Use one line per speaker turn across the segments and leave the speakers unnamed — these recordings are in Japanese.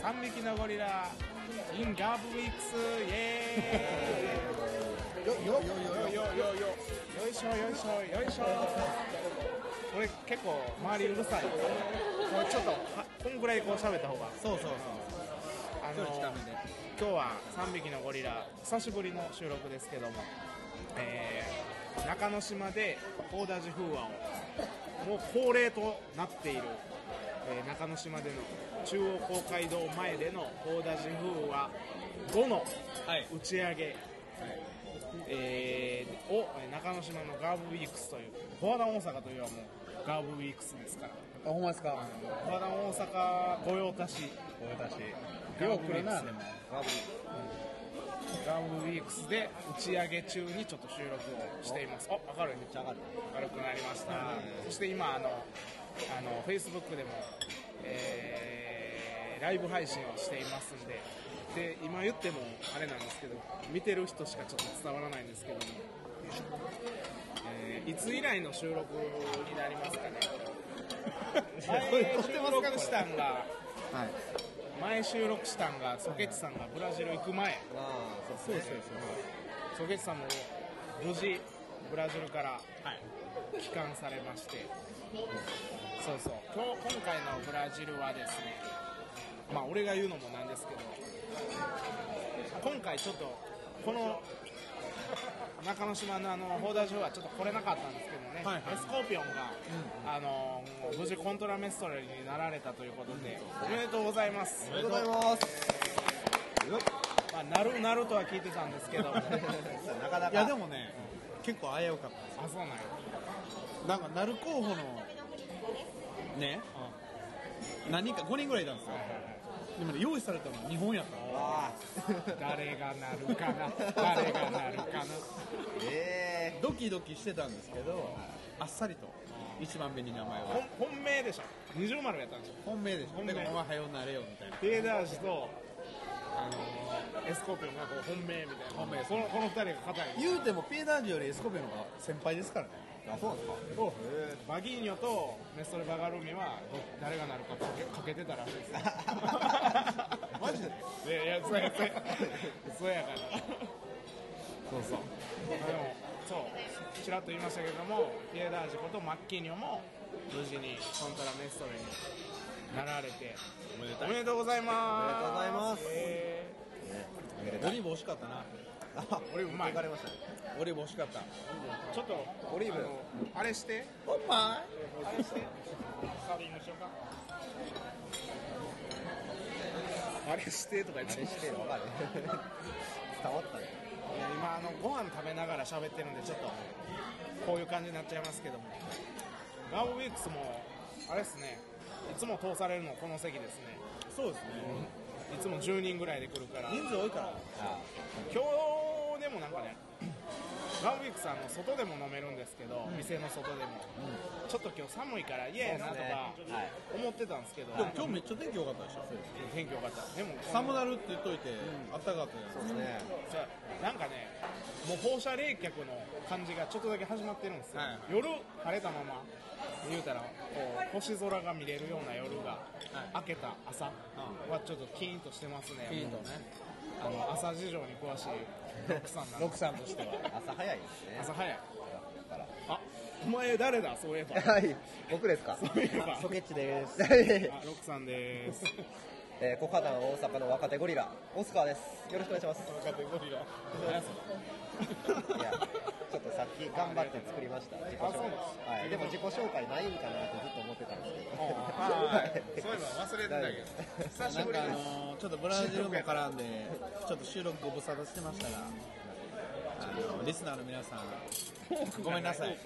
三匹のゴリラ in ガブウィックスイエ
よよよ
ーイよいよ
よ
いよいよよいしょよいしょよいしょこれ結構周りうるさいこれちょっとはこんぐらいこう喋った方が
そうそうそう
あ
距
の
離近めで
今日は3匹のゴリラ久しぶりの収録ですけども、えー中之島で大田寺風和をもう恒例となっている、えー中之島での中央公会堂前での大田寺風和5の
はい
打ち上げ、えーをえー中之島のガーブウィークスというフォアダン大阪というのはもうガーブウィークスですから
あほんまですか
フォアダン大阪御用達
俺たち
よう来るな
でも
ガムウィークスで打ち上げ中にちょっと収録をしています。あ、明るいね。
ちゃ上がる
明るくなりました。そして今あのあの Facebook でも、えーライブ配信をしていますんで、で今言ってもあれなんですけど、見てる人しかちょっと伝わらないんですけども、えーいつ以来の収録になりますかね。前収録したんが
はい
前収録したんがソケッチさんがブラジル行く前。
ああそうですねそ
ソ
う
ゲッチさんも無事ブラジルから
はい
帰還されましてそうそう今日今回のブラジルはですねまあ俺が言うのもなんですけど今回ちょっとこの中之島のあの報道所はちょっと来れなかったんですけどね、
はいはい
エスコーピオンが、あのもう無事コントラメストレになられたということで、おめでとうございます
おめでとうございます
まあ、なるなるとは聞いてたんですけどあ
なかなか
いやでもね、結構危うかった
そうなんや
なんかなる候補のね、何人か5人ぐらいいたんですよでもね用意されたのは日本やったの
あ
誰がなるかな誰がなるかな
ーえ
ドキドキしてたんですけどあっさりと1番目に名前
本
は
本命でしょ二重丸やったんでしょ
本命でしょ
本
本
命
命お前はようなれよみたいな
テーダージとあのーエスコーピオンがこう本命みたいな
本命
このこの二人が硬い
言うてもピーダージよりエスコベの方が先輩ですからね
ーあそうなんですか
とバギーニョとメストレバガルミはど誰がなるかかけかけてたらしい ですよ
マジで
いやいやそうやそうやそうやからそうそうでもそうちらっと言いましたけどもピエダージことマッキーニョも無事にコントラメストレになられて
おめで
おめでとうございます
おめでとうございます
え
オリーブ惜しかったな
あ
ー俺うまい
行かれましたね
オリーブ惜しかった
ちょっと
オリーブ
あのあれして
お前
あれしてサービングしようかあれしてとか言っ
あ
て
れしてわかる伝わったね
いや今あのご飯食べながら喋ってるんでちょっとこういう感じになっちゃいますけどもガーブウィークスもあれですねいつも通されるのこの席ですね
そうですね
いつも10人ぐらいで来るから
人数多いから
あ
今日でもなんかねガーブウィークスあの外でも飲めるんですけど、店の外でも、ちょっと今日寒いから嫌やなとか
そうですねはい
思ってたんですけど、
でも今日めっちゃ天気良かったでしょ
天気良かったでも
寒なるって言っといて、あったかかったじゃないです
そ
か
うですね
さなんかねもう放射冷却の感じがちょっとだけ始まってるんですよ、
はい
夜晴れたまま言うたらこう星空が見れるような夜が、明けた朝はちょっとキーンとしてますね
ピンと
もう
ね
あの朝事情に詳しいロックさんなんで
六さんとしては
朝早いですね
朝早い
だから
あお前誰だそういえばあ
はい、僕ですか。
そういえば
ソケッチです。
ロックさんでーす
えー、コカダン大阪の若手ゴリラ、オスカーです。よろしくお願いします。
カテゴリラ
いや、ちょっとさっき頑張って作りました。自己
あ
紹
そうな
介
んで。
はい、でも自己紹介ないんかなってずっと思ってたんですけど。
そういえば忘れてたけど久し
なん
ぶり
かあ
です
のーちょっとブラジルも絡んで、ちょっと収録ご無沙汰してましたが、あのリスナーの皆さん、ごめんなさい、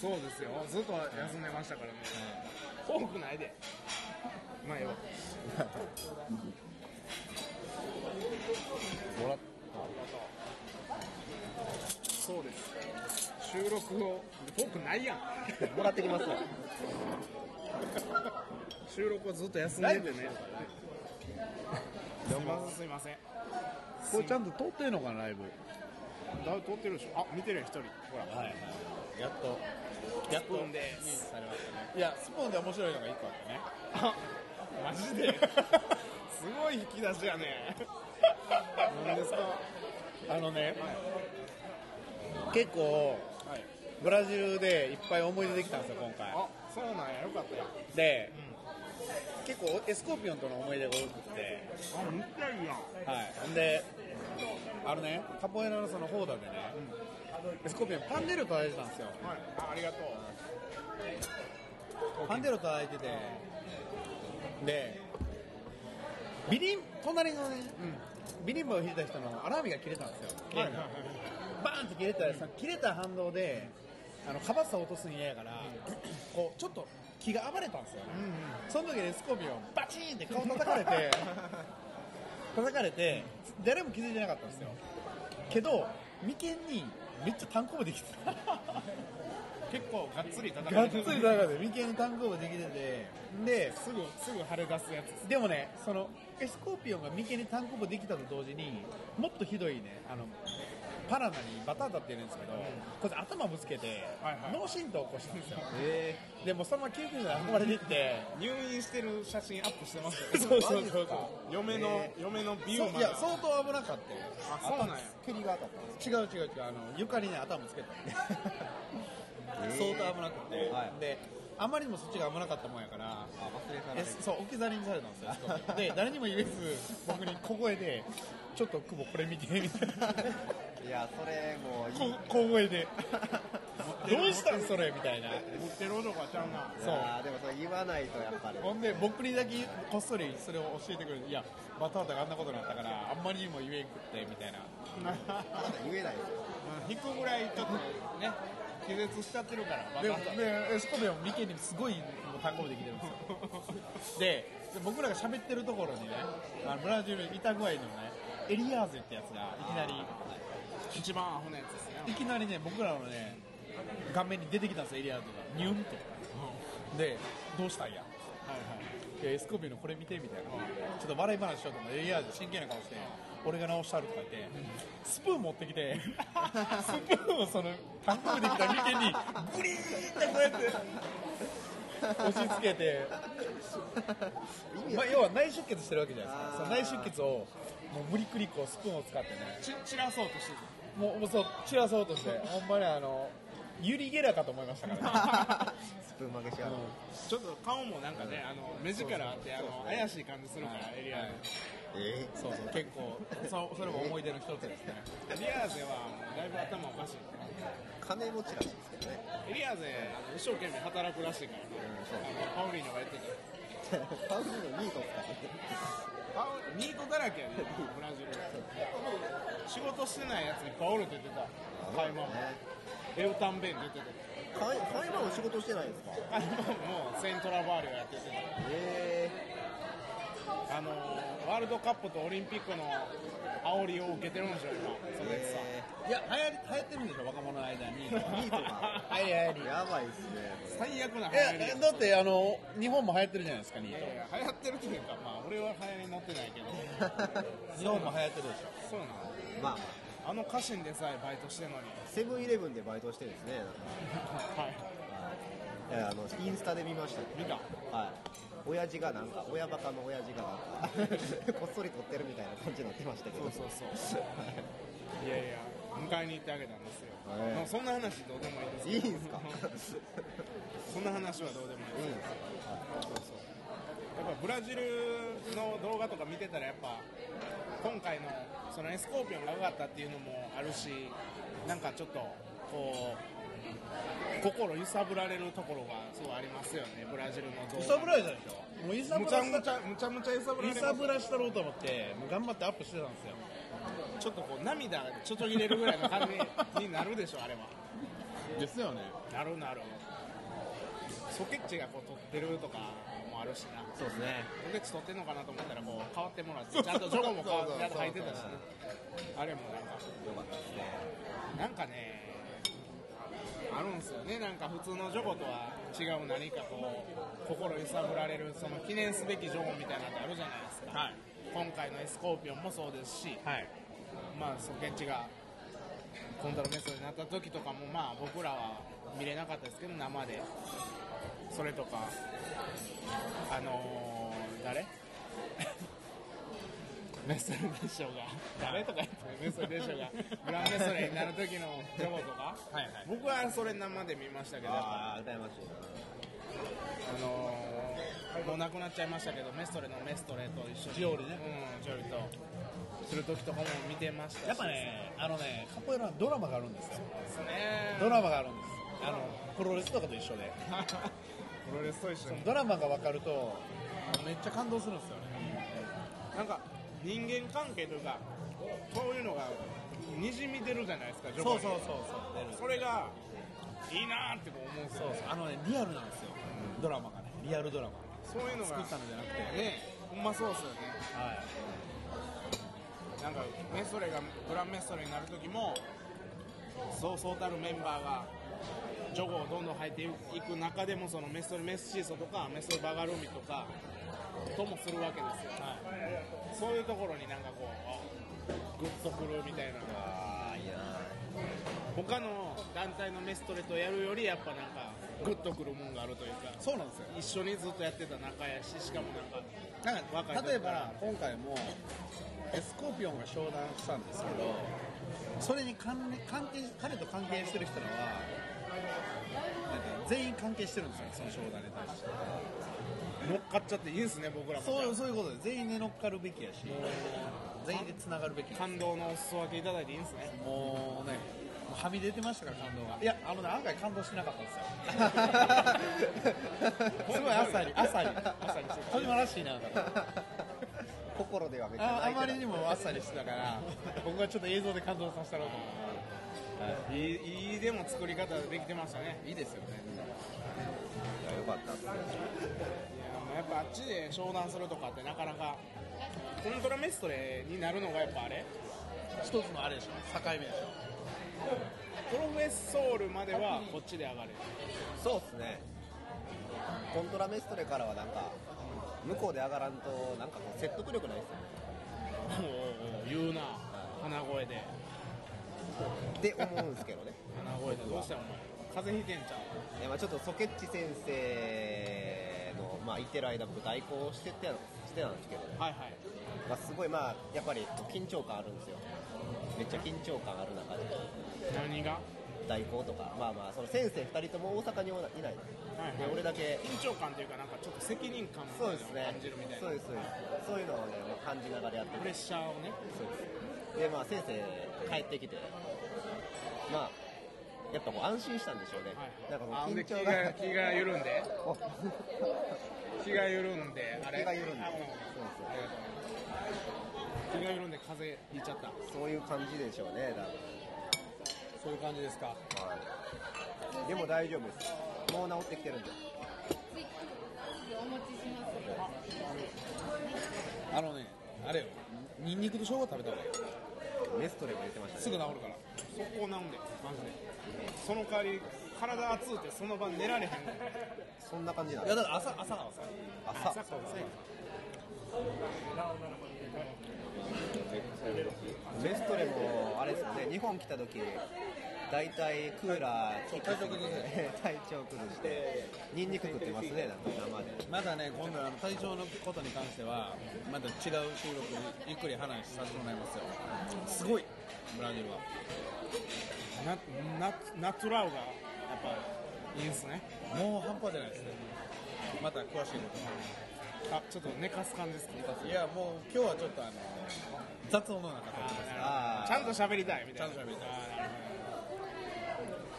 そうですよずっと休んでましたからね多くないでまあよ
もらっ
そうです収録を多くないやん
もらってきますよ。
収録をずっと休んでてね すいませんすいません
これちゃんと撮ってんのかな、ライブ、
だいぶ撮ってるでしょあ見てるやん一人ほら
はいはい、やっと、やっ
スプーンです
されましたね、いや、スプーンで面白いのが1個あってね、
あマジですごい引き出しやね
何ですか
あのね
結構
はい
ブラジルでいっぱい思い出できたんですよ今回
あそうなんやよかったや
で、結構エスコーピオンとの思い出が多くて、
あめっちゃいいやん
はい、ほんであのねカポエラのそのホーダでね、エスコーピオンパンデロ叩いてたんですよ
はいあありがとう
パンデロ叩いててでビリン隣のね、ビリンバを弾いた人のアラームが切れたんですよ、
はいはいはい
バーンって切れたらさ切れた反動であのカバッサを落とすん嫌やから、こうちょっと気が暴れたんですよね、その時エスコーピオンバチーンって顔叩かれて叩かれて誰も気づいてなかったんですよけど眉間にめっちゃ単行部できてた
結構がっつり叩
が
か
っ
れ
つ
て
り
る
叩かれて眉間に単行部できててです
すぐすぐ腫れ出すやつ
でもねそのエスコーピオンが眉間に単行部できたと同時にもっとひどいねあのパラナにバタータって言うんですけど、こいつ頭ぶつけて、
はいはい
脳震盪を起こしたんですよ
え
でもそのまま救急車で運ばれてって、
入院してる写真アップしてますよ
そうそうそう
マジですか嫁の、嫁のビューマ
そういや相当危なかったよ
あそうなんや
蹴りが当たったんで
違う違う違うあの床にね頭つけた相当危なくて、
はい
であまりにもそっちが危なかったもんやから
すあ忘れた
え
ら
そう置き去りにされたんですよしかもで誰にも言えず僕に小声で「ちょっと久保これ見て」みたい ない
やそれもういい
こ小声で「どうしたんそれ」みたいな
持ってる男はちゃうな
そうあーでもそれ言わないとやっぱり
ほんで僕にだけこっそりそれを教えてくれるいやバタバタがあんなことになったからあんまりにも言えんくってみたいな
まだ言えないですよ
引くぐらいちょっとね気絶しちゃってるからバ
で
カ
もでエスコベは眉間にすごい単語できてるんですよでで僕らが喋ってるところにねあのブラジル板具合のねエリアーゼってやつがいきなり
一番アホなやつです
い
ね
きなりね僕らのね顔面に出てきたんですよエリアーゼがニュンとでどうしたん
は
や
いはい
いやエスコビーのこれ見てみたいな、ちょっと笑い話しようと思って、いや、真剣な顔して、俺が直したるとか言って、スプーン持ってきて、 スプーンをその、タンクできた眉間に、グリーンってこうやって、押し付けて、まあ、要は内出血してるわけじゃないですか、その内出血を、もう無理くりこうスプーンを使ってね、
ち散らそうとしてる
もうもうそう散らそうとして、ほんまにあの、ユリゲラかと思いましたか らね。
スプーン曲げしやがっ
ちょっと顔もなんかねあの目力あってあの怪しい感じするからエリアー
てえー
そうそう結構そそれも思い出の一つですね
ゼエリアーゼはもうだいぶ頭おかしい
金持ちらしいですけどね
エリアーゼあの一生懸命働くらしいからね
うんそう
あのパウリーノがやってた
パウリーのニート使って
パウニートだらけやねブラジル仕事してないやつにパウルって出てた買い物
ね
エウタンベン出てた
会会話の仕事してないんですか
あのもうセイントラバーリをやってて
え
あのワールドカップとオリンピックの煽りを受けてるんでしょ今そ
ー
れさ
え
いや、流行り流行ってるんでしょ、若者の間に。
ーニートが
流行り流行り。
やばいっすね
最悪な流行り
え、
や
だって、あの、日本も流行ってるじゃないですか、ニ
い
ー
やいや流行ってるっていうかまあ俺は流行りになってないけど
ト。日本も流行ってるでし
そうなの
まあまあ
あの家臣でさえバイトしてんのに
セブンイレブンでバイトしてるんですねな
は
んか
い
いやあのインスタで見ましたけ
見た
ど、はい、親父がなんか親バカの親父がなんか こっそり撮ってるみたいな感じになってましたけ
そ
ど
うそうそういやいや迎えに行ってあげたんですよ、
はい
もうそんな話どうでもいいです
いいんすか
そんな話はどうでもいいです
いいん
やっぱブラジルの動画とか見てたらやっぱ今回のそのエスコーピオンが良かったっていうのもあるしなんかちょっとこう心揺さぶられるところがそうありますよねブラジルの動画
ょ。イサブライじゃないでしょ。もうイサブ
むち
ラ
ゃむちゃむちゃむちゃ揺さぶられ
イ
ます
サブラしたろうと思って、もう頑張ってアップしてたんですよ。
ちょっとこう涙がちょちょぎれるぐらいの感じになるでしょあれは
ですよね。
なるなるソケッチがこう撮ってるとかもあるしな
そうですね
ポケッチ取ってんのかなと思ったらこう変わってもらってちゃんとジョコも変わって入ってたしねあれもなんか
よかったですね
なんかねあるんすよねなんか普通のジョコとは違う何かこう心揺さぶられるその記念すべきジョコみたいなのがあるじゃないですか、
はい
今回のエスコーピオンもそうですし
はい。
まあソケッチがコントロメソになった時とかもまあ僕らは見れなかったですけど生でそれとかあのー誰 メソレでしょうが誰とか言ってメソレでしょうがグランメソレになる時のジョボとか
はいはい
僕はそれ生で見ましたけどあ
ああ羨ましいな
のーもうなくなっちゃいましたけどメストレのメストレと一緒に
ジオリね
うんジオリとする時とかも見てましたし
やっぱねあのねカポエラはドラマがあるんですよ
ですね
ドラマがあるんですあのプロレスとかと一緒で
プロレスと一緒に
ドラマが分かるとめっちゃ感動するんですよね
なんか人間関係というかそういうのがにじみ出るじゃないですかジョボに
そう
それがいいなーってこう思うんです
そ
よ
うそうあのねリアルなんですよドラマがねリアルドラマ
そういうのが
作ったのじゃなくて
ねほんまそうですよね
はい
なんかメストレがグランメストレになる時もそうそうたるメンバーがジョゴをどんどん入っていく中でもそのメストレメスシーソとかメストレバガルミとかともするわけですよ、そういうところになんかこうあグッとくるみたいな
ああいや
他の団体のメストレとやるよりやっぱなんかグッとくるもんがあるというか
そうなんですよ
一緒にずっとやってた仲やししかもなんか
なん
若い
か
時
例えば今回もエスコーピオンが商談したんですけどそれに関連関係彼と関係してる人らはなんか全員関係してるんですよその商談に対して
乗っかっちゃっていいんすね僕らも
そうそういうことで全員で乗っかるべきやし全員でつながるべき
感動のお裾分けいただいていいんすね
もうねもうはみ出てましたから感動がいやあのね案外感動しなかったん ですよすごい朝に朝に朝に小島らしいなだから
心ではめっちゃ
ああ
泣い
まりに
てた
も朝にしてたから僕はちょっと映像で感動させたろうと思って
いいいいでも作り方できてましたね
いいですよね。
いやよかったっす
い
ね
やもうやっぱあっちで商談するとかってなかなかコントラメストレになるのがやっぱあれ
一つのあれでしょ、境目でしょ。
プロフェッソールまではこっちで上がれる
そうっすねコントラメストレからはなんか向こうで上がらんとなんかこう説得力ないっすよ
おう
ね
おうおう言うな鼻声で
って思うんですけどね
鼻声でどうしたお前風邪ひいてんちゃ
いやまあちょっとソケッチ先生の、まあ、いてる間僕代行しててしてたんですけど、
うはいはい
まあ、すごいまあやっぱり緊張感あるんですよめっちゃ緊張感ある中で
何が
代行とかまあまあその先生2人とも大阪におないいない
はい
で
はい
俺だけ
緊張感というかなんかちょっと責任感みたい
そ
なの
うです
を
ね
感じるみたい
そ
な
うですそうですそういうのをね感じながらやって
プ
て
レッシャーをね
そうですでまあ先生帰ってきてまあやっぱこう安心したんでしょうね、なんか
あ
こう
ほんで
緊
気
張
が
が
気が緩んで
お
気が緩んであれ
気が緩んで
あもう
そうそう
ありがとうございます気が緩んで風邪ひいちゃった
そういう感じでしょうね多分
そういう感じですか。
はい、でも大丈夫です。もう治ってきてるんで。
お持ちします。
あのね、あれよ、ニンニクと生姜食べた方がいいよ。
メストレも言ってましたね。
すぐ治るから。
そこをなんでマジでその代わり体熱うてその場寝られへん
そんな感じなん
い
で
や、
す。
だから朝、朝なんですよ。
朝。
サッカーで
メストレも、あれですよね、日本来た時、大体クーラー効かせて、 体調崩して、ニンニク食ってますね、なんか生で。
まだね、今度あの体調のことに関しては、まだ違う収録ゆっくり話させてもらいますよ。すごい、ブラジルは。
ななナトラウがやっぱいいんすね
もう半端じゃないですね。また詳しいこ
あちょっと寝かす感じですか
と。いや、もう今日はちょっとあの、雑音の中で。
あーなるほどちゃんと喋りたいみたいな
ちゃんと喋りたい
あ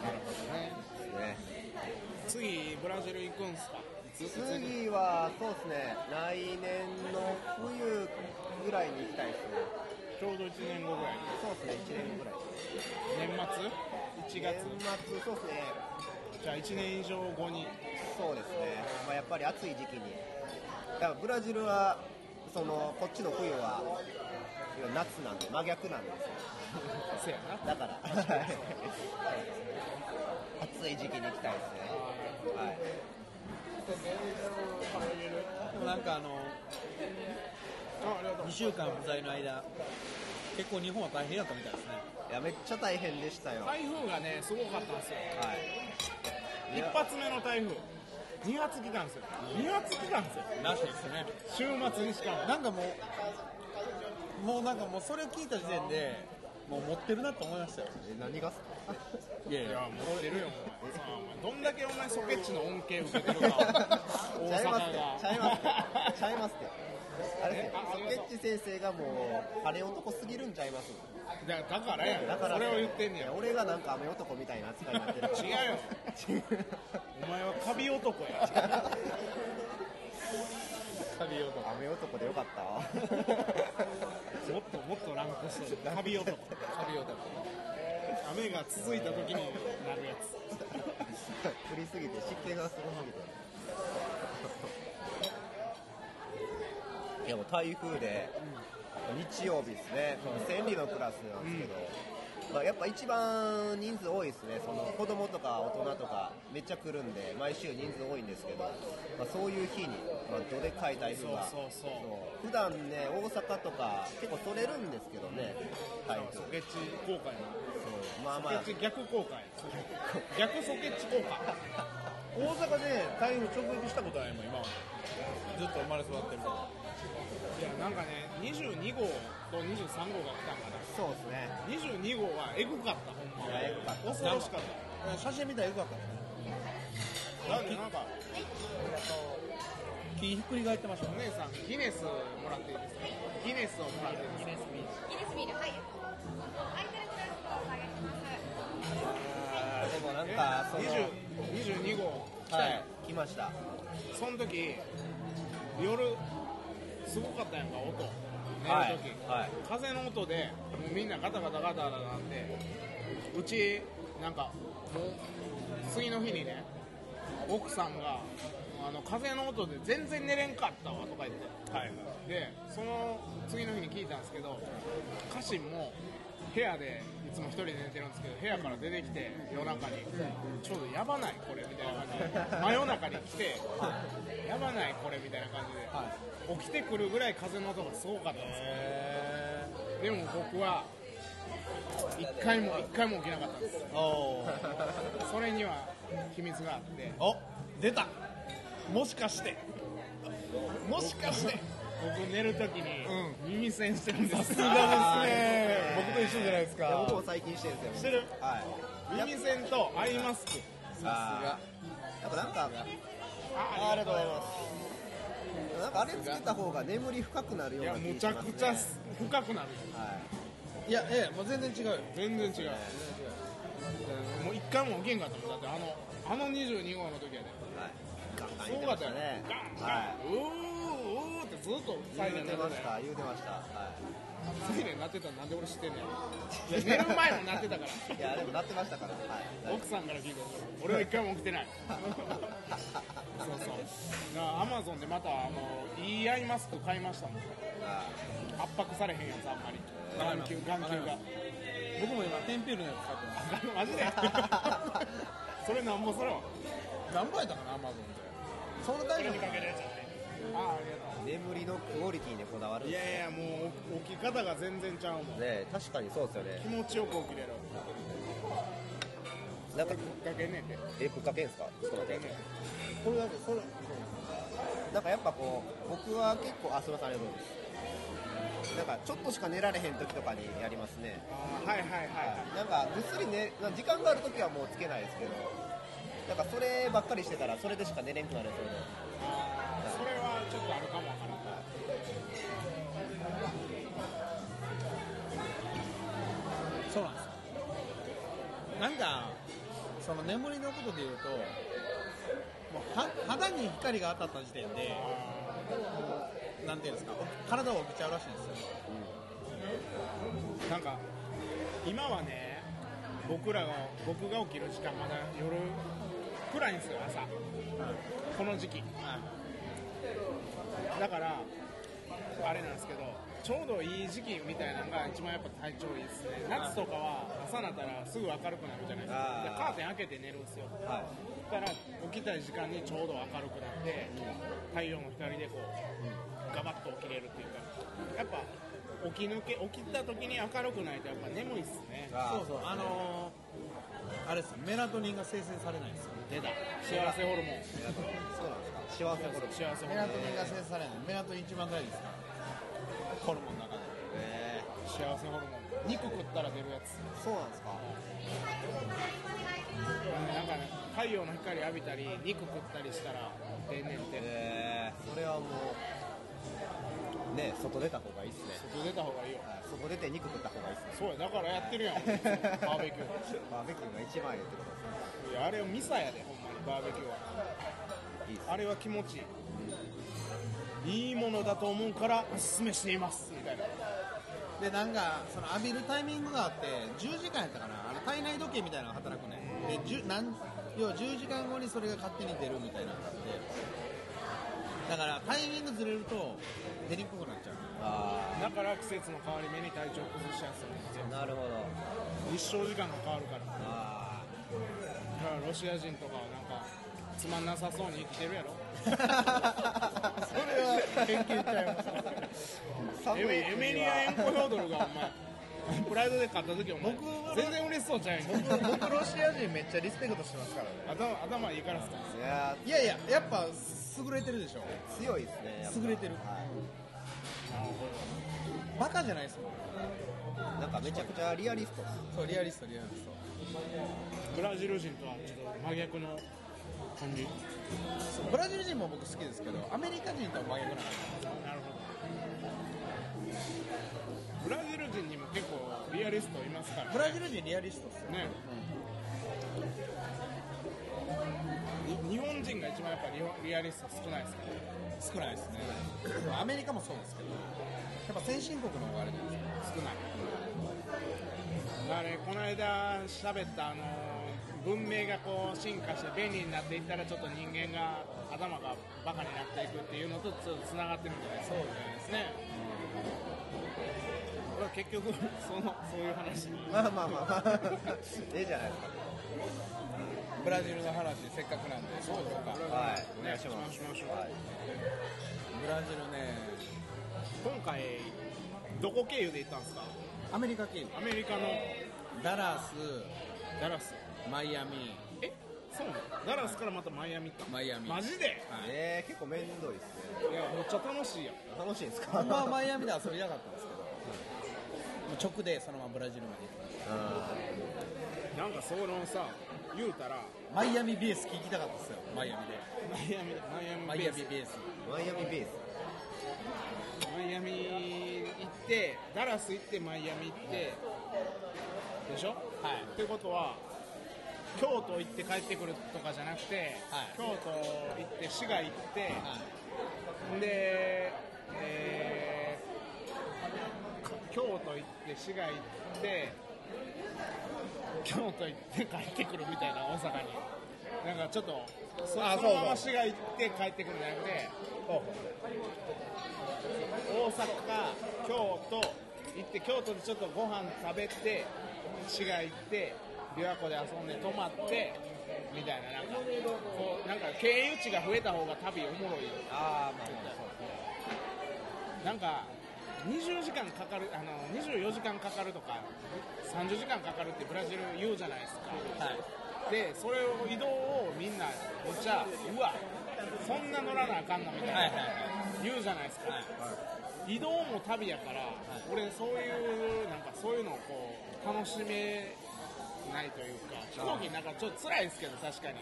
ーなるほどなるほどね
ね、
次ブラジル行くんすかいついつ行く
次は、そうですね、来年の冬ぐらいに行きたいですね。
ちょうど1年後ぐらい
そうですね、1年後ぐらい。
年末1月
年末、そうですね。
じゃあ1年以上後に
そうですね、まあ、やっぱり暑い時期に、だからブラジルはそのこっちの冬は夏なんで、真逆なんですよ、
せやな
だから、 暑い時期に行きたいですね、はい、
でもなんかあの、
あありがとう
2週間不在の間、結構日本は大変だったみたいですね。
いやめっちゃ大変でしたよ、はい、
台風がねすごかったんですよ一発目の台風2発期間ですよ2発期間ですよ
らしいですね
週末にしかも
なんかもうもうなんかもうそれを聞いた時点でもう持ってるなと思いましたよ
え何がっす
いやい
いや
や
持ってるよお前さあお前どんだけお前ソケッチの恩恵受けてるか
か
大
ちゃい
阪
ま
が
すってちゃいますって ちゃいますってあれですよ
えあありがとう
ソケッチ先生がもう晴れ男すぎるんちゃいます
だだからやん
だから
それを言ってんねや
俺がなんか雨男みたいな扱いになってる
違うよお前はカビ男や
旅をとか
雨男でよかったわ
もっともっとランクしてるカビ男
旅をとか
雨が続いた時になるやつ
降りすぎて湿気がすごすぎて いやもう台風で、日曜日ですね、千里のクラスなんですけど、まあ、やっぱ一番人数多いですね、その子供とか大人とか、めっちゃ来るんで、毎週人数多いんですけど、まあ、そういう日に、まあ、どでかい台風が、
そうそうそう
そう普段ね、大阪とか、結構それるんですけどね、台風
ソ、ケッチ公開の
そうまあま
ソ
あ
ケッチ逆公開逆ソケッチ公開
大阪で台風直撃したことないもん今までずっと生まれ育ってるから
いやなんかね22号と23号が来たんかな
そうですね。
22号はエグかったほんま
いやエグかった
恐ろしかった
写真見たらよかったですね
なんでなんか
気ひっくり返ってました
お
ね
姉さんギネスもらっていいですかギネスをもらっていいですか
ギネスビール、はい。空いてるグラスをお下げします。
あーでもなんかその、
20 22号
はい、来ました。
その時夜すごかったやんか音
はい
寝る時、
はい
風の音でもうみんなガタガタガタガタなんでうちなんかもう次の日にね奥さんがあの風の音で全然寝れんかったわとか言って、でその次の日に聞いたんですけど家臣も部屋でいつも一人で寝てるんですけど部屋から出てきて夜中にちょうどやばないこれみたいな感じで真夜中に来てやばないこれみたいな感じで起きてくるぐらい風の音がすごかったんですよでも僕は一回も一回も起きなかったんです
おー
それには秘密があって
お出たもしかして
もしかして僕寝るときに耳栓してるんです
さすがですね僕と一緒じゃないです
いや
か
僕も最近してるんですよ。
してる
はい。
耳栓とアイマスク
さすが。やっぱなんか、
ありがとうございま
なんかあれつけた方が眠り深くなるよ
いう
な
や
気
むち
がし
ゃ
ます、
く
ね。
ちゃ深くなる
はい。
いやええもう全然違うよ
全然違うもう一回も起きんかったもんだってあのあの22号の時やで
はい。ガンガン
す
言っ
ご
て
かっ
ましたた
よ
ね。
ガンガ
は
ンうーうーってずっとサイ
い。
レ
言
ン
っ
鳴って
てま
た
し
よ
た。言ってました。は
サイレン鳴ってたのなんで俺知ってんねんいや寝る前も鳴ってたか
い。いやでもなってましたから。はい。
ら奥さんから聞いた俺は一回も起きてないそうそうなアマゾンでまたあのいいアイマスク買いましたもん
あ
圧迫されへんやつあんまり
わかり
眼
ます
球眼球 が
僕も今テンピールのやつ買ってま
マ ジでそれなんぼそれは
す何倍だかなアマゾンで
そんな大丈
かけるやつやねあありがとう
眠りのクオリティにこだわるん
い
です
やいや
ね。
もう起き方が全然ちゃうもん
ね確かにそうですよね
気。持ちよく起きれる
なんか
だけねんて
えぶっかけんすか。ちょっと待って
ね
これなんかそれなんかやっぱこう僕は結構あすみませんありがとうございますなんかちょっとしか寝られへん時とかにやりますね
あーはいはいはい
なんかぐっすり寝なんか時間がある時はもうつけないですけどなんかそればっかりしてたらそれでしか寝れんくなるんですよね
それはちょっとあるかもわからん
そうなんですよなんかその眠りのことで言うともうは肌に光が当たった時点でもうなんていうんですか体を起きちゃうらしいんですよ
なんか今はね僕らが僕が起きる時間まだ夜暗いんですよ朝、この時期、だからあれなんですけどちょうどいい時期みたいなのが一番やっぱ体調いいですね夏とかは朝になったらすぐ明るくなるじゃないですかで
あー
カーテン開けて寝るんですよ
はい
だから起きたい時間にちょうど明るくなって太陽の光でこうガバッと起きれるっていうかやっぱ起き抜け起きた時に明るくないとやっぱ眠いっすね
あ
そうそうあのーあれですメラトニンが生成されないんですよ
出た幸せホルモン
そうなんですか幸せホルモン
幸せホ
メ
ルモ
ラ
ン
トニンが生成されないメラトニン一番大事ですからホルモンの中で
え
幸せホルモン肉食ったら出るやつ
ーそうなんですか
なんかね太陽の光浴びたり肉食ったりしたら出んねんて
えーそれはもうね外出た方がいいっすね
外出た方がいいよ
はい外出て肉食った方がいいっすね
そうやだからやってるやんバーベキュ
バーベキューが一番いいってこ
ー
とですね
いやあれはミサやでほんまにバーベキューはい
いっす
あれは気持ちいいいいものだと思うからおすすめしていますみたいな
でなんかその浴びるタイミングがあって10時間やったかなあの体内時計みたいなのが働くねで10なん要は10時間後にそれが勝手に出るみたいなのがあってだからタイミングずれると出にくくなっちゃう
あ
だから季節の変わり目に体調崩しやすいんですよ
あなるほど
日照時間が変わるからだ
あ
からロシア人とかはなんかつまんなさそうに生きてるやろ
あそれは
研究ちゃいます
寒い
エメエメリア・エンコヒョードルがお前プライドで勝った時お前
僕は
全然嬉しそうじゃない
僕ロシア人めっちゃリスペクトしてますからね
頭頭いいからっすか
いや
いやいややっぱ優れてるでしょ
ー強いですねやっぱ
優れてるバカじゃないですもん
なんかめちゃくちゃリアリストっす
そうリアリストリアリスト
ブラジル人とはちょっと真逆の感じ
ブラジル人も僕好きですけどアメリカ人とは真逆なんです
なるほどブラジル人にも結構リアリストいますからね
ブラジル人リアリストっすよ
ね、に日本人が一番やっぱりリアリスト少ないですからね
少ないです ねアメリカもそうですけどやっぱ先進国の方があれじゃないですか
少ないあれこの間喋ったあの文明がこう進化して便利になっていったらちょっと人間が頭がバカになっていくっていうのとちょっとつながってるんじゃないですかそうですねこれは結局そのそういう話
まあまあまあまあ ええじゃないです
ブラジルの話せっかくなんでそうですか
かはいお願いし
ね
ます
しましょう
はい
ブラジルね
今回どこ経由で行ったんですか
アメリカ経由
アメリカの
ダラス
ダラス
マイアミ
えそうなのダラスからまたマイアミ行った
マイアミ
マジで
はい
えー、結構面倒いっすね
いやめっちゃ楽しいやん
楽しいんですか
あんまマイアミで遊びなかったんですけどもう直でそのままブラジルまで行っ
なんかそのさ言うたら
たマイアミベース聞きたかったですよマイアミで
マイアミマイアミ
マイ
ベ
ア
ー
ミ
ス
ベース
うんマイアミベース
マイアミ行ってダラス行ってマイアミ行ってでしょ
はい
ってことは京都行って帰ってくるとかじゃなくて、
はい
京都行って滋賀行って、
はい
で、えー京都行って滋賀行って京都行って帰ってくるみたいな大阪になんかちょっとそ
あ
その
そうそう
まま滋賀行って帰ってくるんじゃなくて大阪京都行って京都でちょっとご飯食べて滋賀行って琵琶湖で遊んで泊まってみたいななんかこうなんか経由地が増えた方が旅おもろいよ
ああまあ
なんか20時間かかるあの24時間かかるとか30時間かかるってブラジル言うじゃないですか
はい
でそれを移動をみんなお茶うわそんな乗らなあかんのみたいな、
はいはいはい
言うじゃないですか、移動も旅やから、俺そういうなんかそういうのをこう楽しめないというか飛行機なんかちょっと辛いですけど確かに、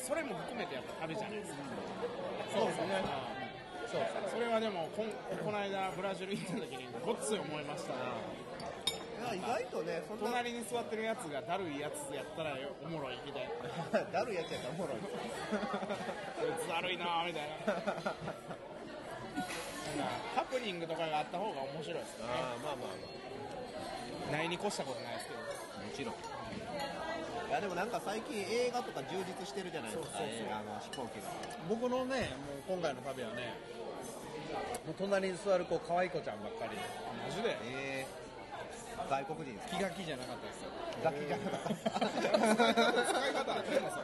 それも含めてやっぱ旅じゃないですか、
そうですねそうです
それはでもこんこの間ブラジル行った時にごっつい思いましたね
そういや意外とねそんな
隣に座ってるやつがだるいやつやったらよおもろいみたいな
だるいやつやったらおもろいっす
こいつだるいなみたいななんかハプニングとかがあった方が面白いですよね
ああまあまあま
ないに越したことないですけど
あもちろんいやでもなんか最近映画とか充実してるじゃないですか、あの飛行機が
僕のねもう今回の旅はねもう隣に座る子可愛い子ちゃんばっかり
マジ で
えー、外国人です
気が気じゃなかったですよ
ガキじゃなか
使い方あってんの それ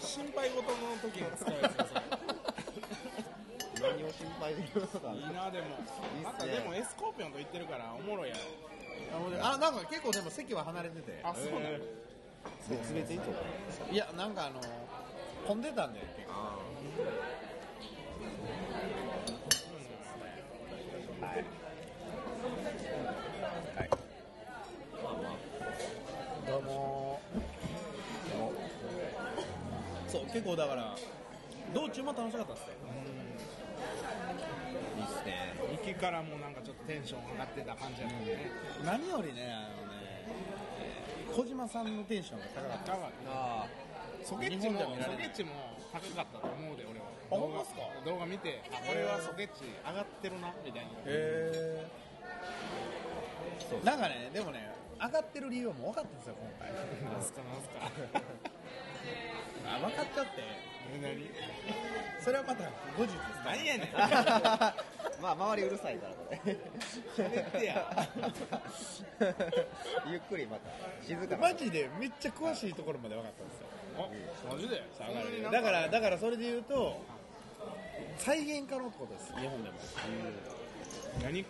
心配事の時に使うやつですよ
何を心配できますか
いいなでも
いっすね
なんかでもエスコーピオンと言ってるからおもろいやろ
あなんか結構でも席は離れてて
あそうなの
別々にとか
いやなんかあの混んでたんだよ結構どうもそう結構だから道中も楽しかったっすね
いいっすね
行きからもうなんかちょっとテンション上がってた感じやったね
何よりねあのねえー小島さんのテンションが高かった
高かっ
あ
たソケッチもソケッチも高かったと思うで俺は
あほんまっすか
動画見てあこれはソケッチ上がってるなみ たいな
へえなんかねでもね上がってる理由も分かったんですよ今回
なん すかなんすか
あ分かったって
何
それはまた後日ですか
何やねん
あまあ周りうるさいからこれ
て や
ゆっくりまた静かな
マジでめっちゃ詳しいところまで分かったんですよ
あマジで
下がるだからだからそれで言うと再現可能ってことです日本でも
何なんて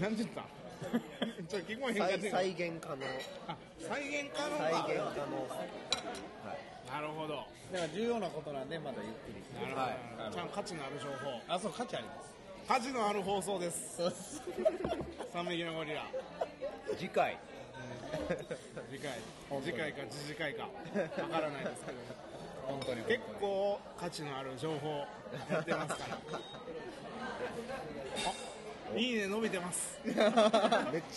何て言った んちょっと聞こえへんかっ
再
た
再現可能
あ再現可能
再
か
現可能
なるほどな
だから重要なことなんでまだゆっくり
るほど、
はい
ちゃん価値のある情報
あそう価値あります
価値のある放送です三匹のゴリラ
次回
次回次回か次次回 かわからないですけど
本当に
結構価値のある情報やってます からあいいね伸びてます
めっち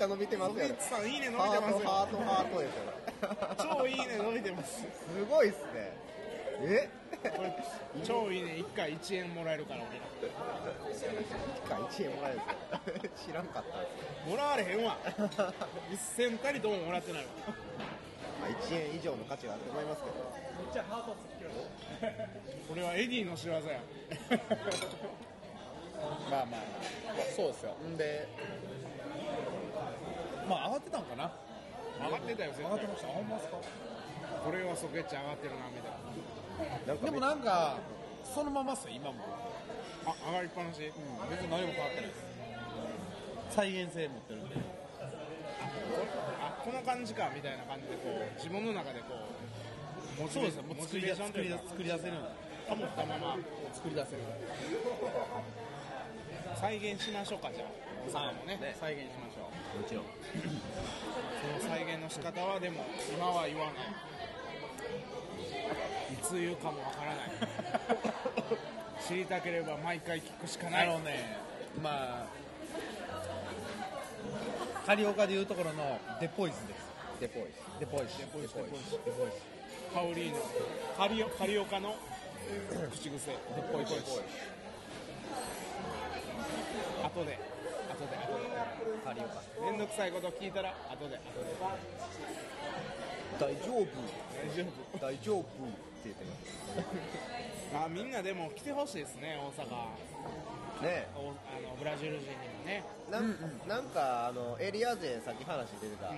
ゃ伸びてますよ
ミッツさんいいね伸び
ハ
て
ー
ま
ト
すよ
ハートハートですよ
超いいね伸びてます
すごいっすねえ
これ超いいね一回一円もらえるから俺ら
1回1円もらえるんですよ 知らんかったんですよ
もらわれへん わ一銭たりとももらってないわ
まあ1円以上の価値があると思いますけど
これはエディの仕業や
まあまあまあそうですよんでまあ上がってたんかな
上がってたよ
上
絶
がっ
対
てましたほんまっすか
これはソケッチ上がってるなみたい
なんか
でもなんかそのままっすよ今も
なあ上がりっぱなし、
別に何も変わってないです再現性持ってるんで
あこの感じかみたいな感じでこう自分の中でこうモチ
そう
ベ
で
ー
す
ショ
ね
ン
もう
モ
作
チ
り
ベー
出
ションと
作り
いう
出
か
作り出せる
保ったまま
作り出せる
再現しましょうかじゃあおさんもね再現しましょ
もちろん
うその再現の仕方はでも今は言わないいつ言うかもわからない 知りたければ毎回聞くしかな
あ
い
のねまあ仮岡でいうところのデポイズです
デポイ
デポイズデポイズデポイズデポイズ
パウリーノカリオカリオカの口癖ポイポイ後で後で後で
カリオカ
めんどくさいこと聞いたら後で後で
大丈
大
夫
丈夫
大丈夫って言ってます
あみんなでも来てほしいですね大阪
ね
おあのブラジル人にもね
なん,、なんかあのエリア勢さっき話出てた、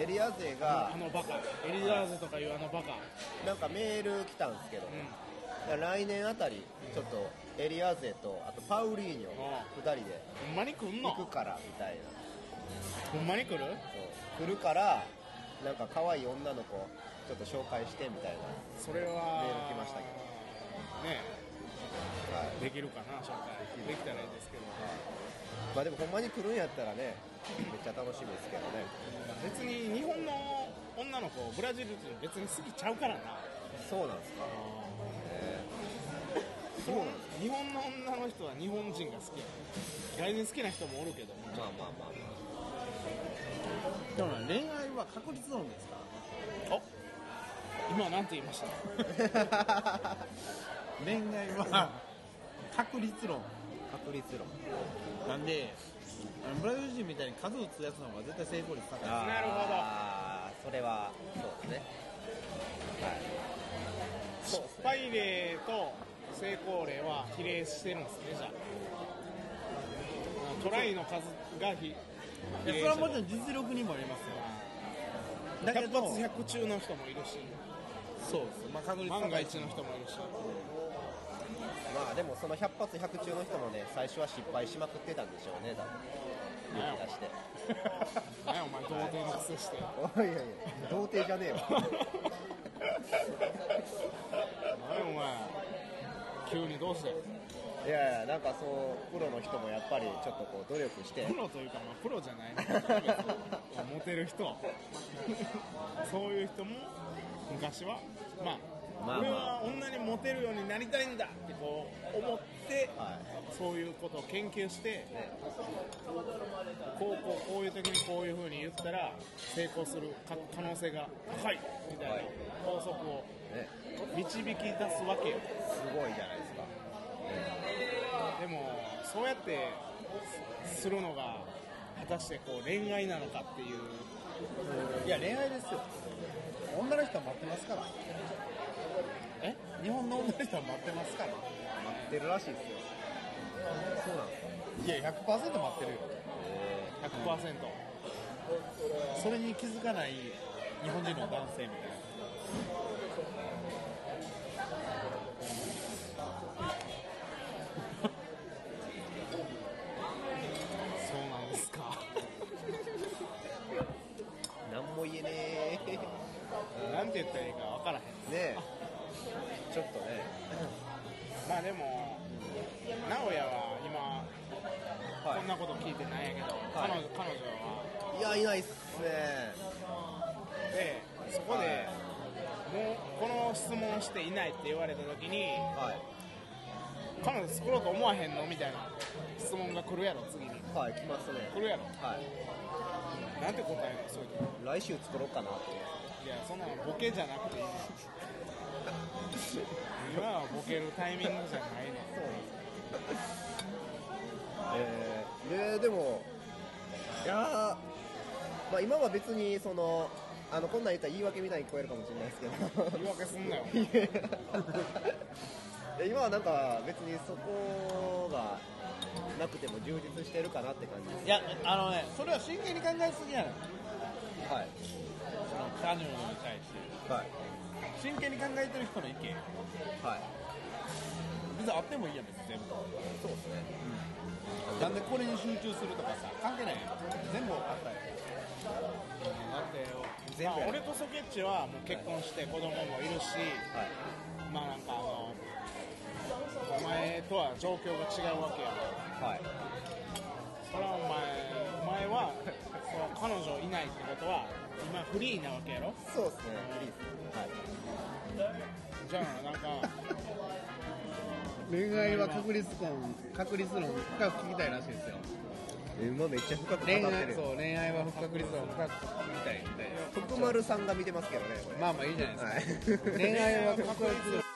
エリア勢が
あのバカエリザーズとかいうあのバカ、
なんかメール来たんですけど、
うん、
来年あたりちょっとエリア勢とあとパウリーニ
う
ョ2人で
ほんまに来んの
行くからみたいな
ほんまに来る
そう来るからなんか可愛い女の子ちょっと紹介してみたいな
それは
メール来ましたけ
どね
はい
えできるかな紹介できたらいいですけど
まあでもほんまに来るんやったらねめっちゃ楽しみですけどね
別に日本の女の子ブラジル人別に好きちゃうからな
そうなんですか
日本日本の女の人は日本人が好きや外人好きな人もおるけど
まあまあまあ
でもね恋愛は確率論 ですから
お今なんて言いました
恋愛は確率論
確率論
なんであのブラジル人みたいに数打つやつの方が絶対成功率高いです
ーなるほど
あーそれはそうですね
失敗例と成功例は比例してるんですねじゃあトライの数が比
いやそれはもちろん実力にもよりますよだけ
100
ど
発100中 の人もいるし
そうです、まあ、確率高 い
万が一の人もいるし
まあでもその100発100中の人もね最初は失敗しまくってたんでしょうね多分勇気出して
何やお前童貞のくせ して
おいやいや童貞じゃねえわ
何やお前急にどうして
いやいやなんかそうプロの人もやっぱりちょっとこう努力して
プロというか、まあ、プロじゃ ないねモテる人そういう人も昔はまあ
まあまあ
俺は女にモテるようになりたいんだってこう思って
は
そういうことを研究して
いね
こうこうこういう時にこういうふうに言ったら成功するか可能性が高いみたいな
はい
法則を
ね
導き出すわけよ
すごいじゃないですか
でもそうやってすするのが果たしてこう恋愛なのかっていう
いや恋愛ですよ女の人は待ってますから
え
日本の女の人は待ってますから
待ってるらしいですよそうなんですか
いや100%待ってるよ
100%、
それに気づかない日本人の男性みたいな
そうなんですか。
何も言えねえね
なんて言ったらいいか分からへん。
えちょっとね
まあでも、直哉は今、
は
こんなこと聞いてないんやけど、彼女彼女はい
いやいないっすね
で、そこで、
はい
もうこの質問をしていないって言われた時に、
はい
彼女作ろうと思わへんのみたいな質問が来るやろ、次に。
はい来ますね
来るやろ。
はい
なんて答えるのそういう
来週作ろうかなって
時いや、そんなのボケじゃなくていいねん今はボケるタイミングじゃないねん
そうなんですえー、ででもいやーまあ今は別にそのあのこんなん言ったら言い訳みたいに聞こえるかもしれないですけど
言い訳すんなよ。
で今はなんか別にそこがなくても充実してるかなって感じ
い
で
やあのねそれは真剣に考えすぎやの
すはい
その彼女に対して
はい
真剣に考えてる人の意見
はい
別にあってもいいやん別に全部
そうですね
なんでこれに集中するとかさ関係ないやん全部あったよ
だって
全部
まあ
やる
俺とソケッチはもう結婚して子供もいるし、
はい
まあなんかあのお前とは状況が違うわけや
はい
それはお前お前はその彼女いないってことは今フリーなわけやろ
そうですねいいですはい
じゃあなんか
恋愛は確率論確率論深く聞きたいらしいですよ
えー、まあめっちゃ深く語って
恋
る
愛そう恋愛は不確率論深く聞きたいみたいな
徳丸さんが見てますけどねこれ
まあまあいいじゃないですか、
は
恋
い
愛は不確率論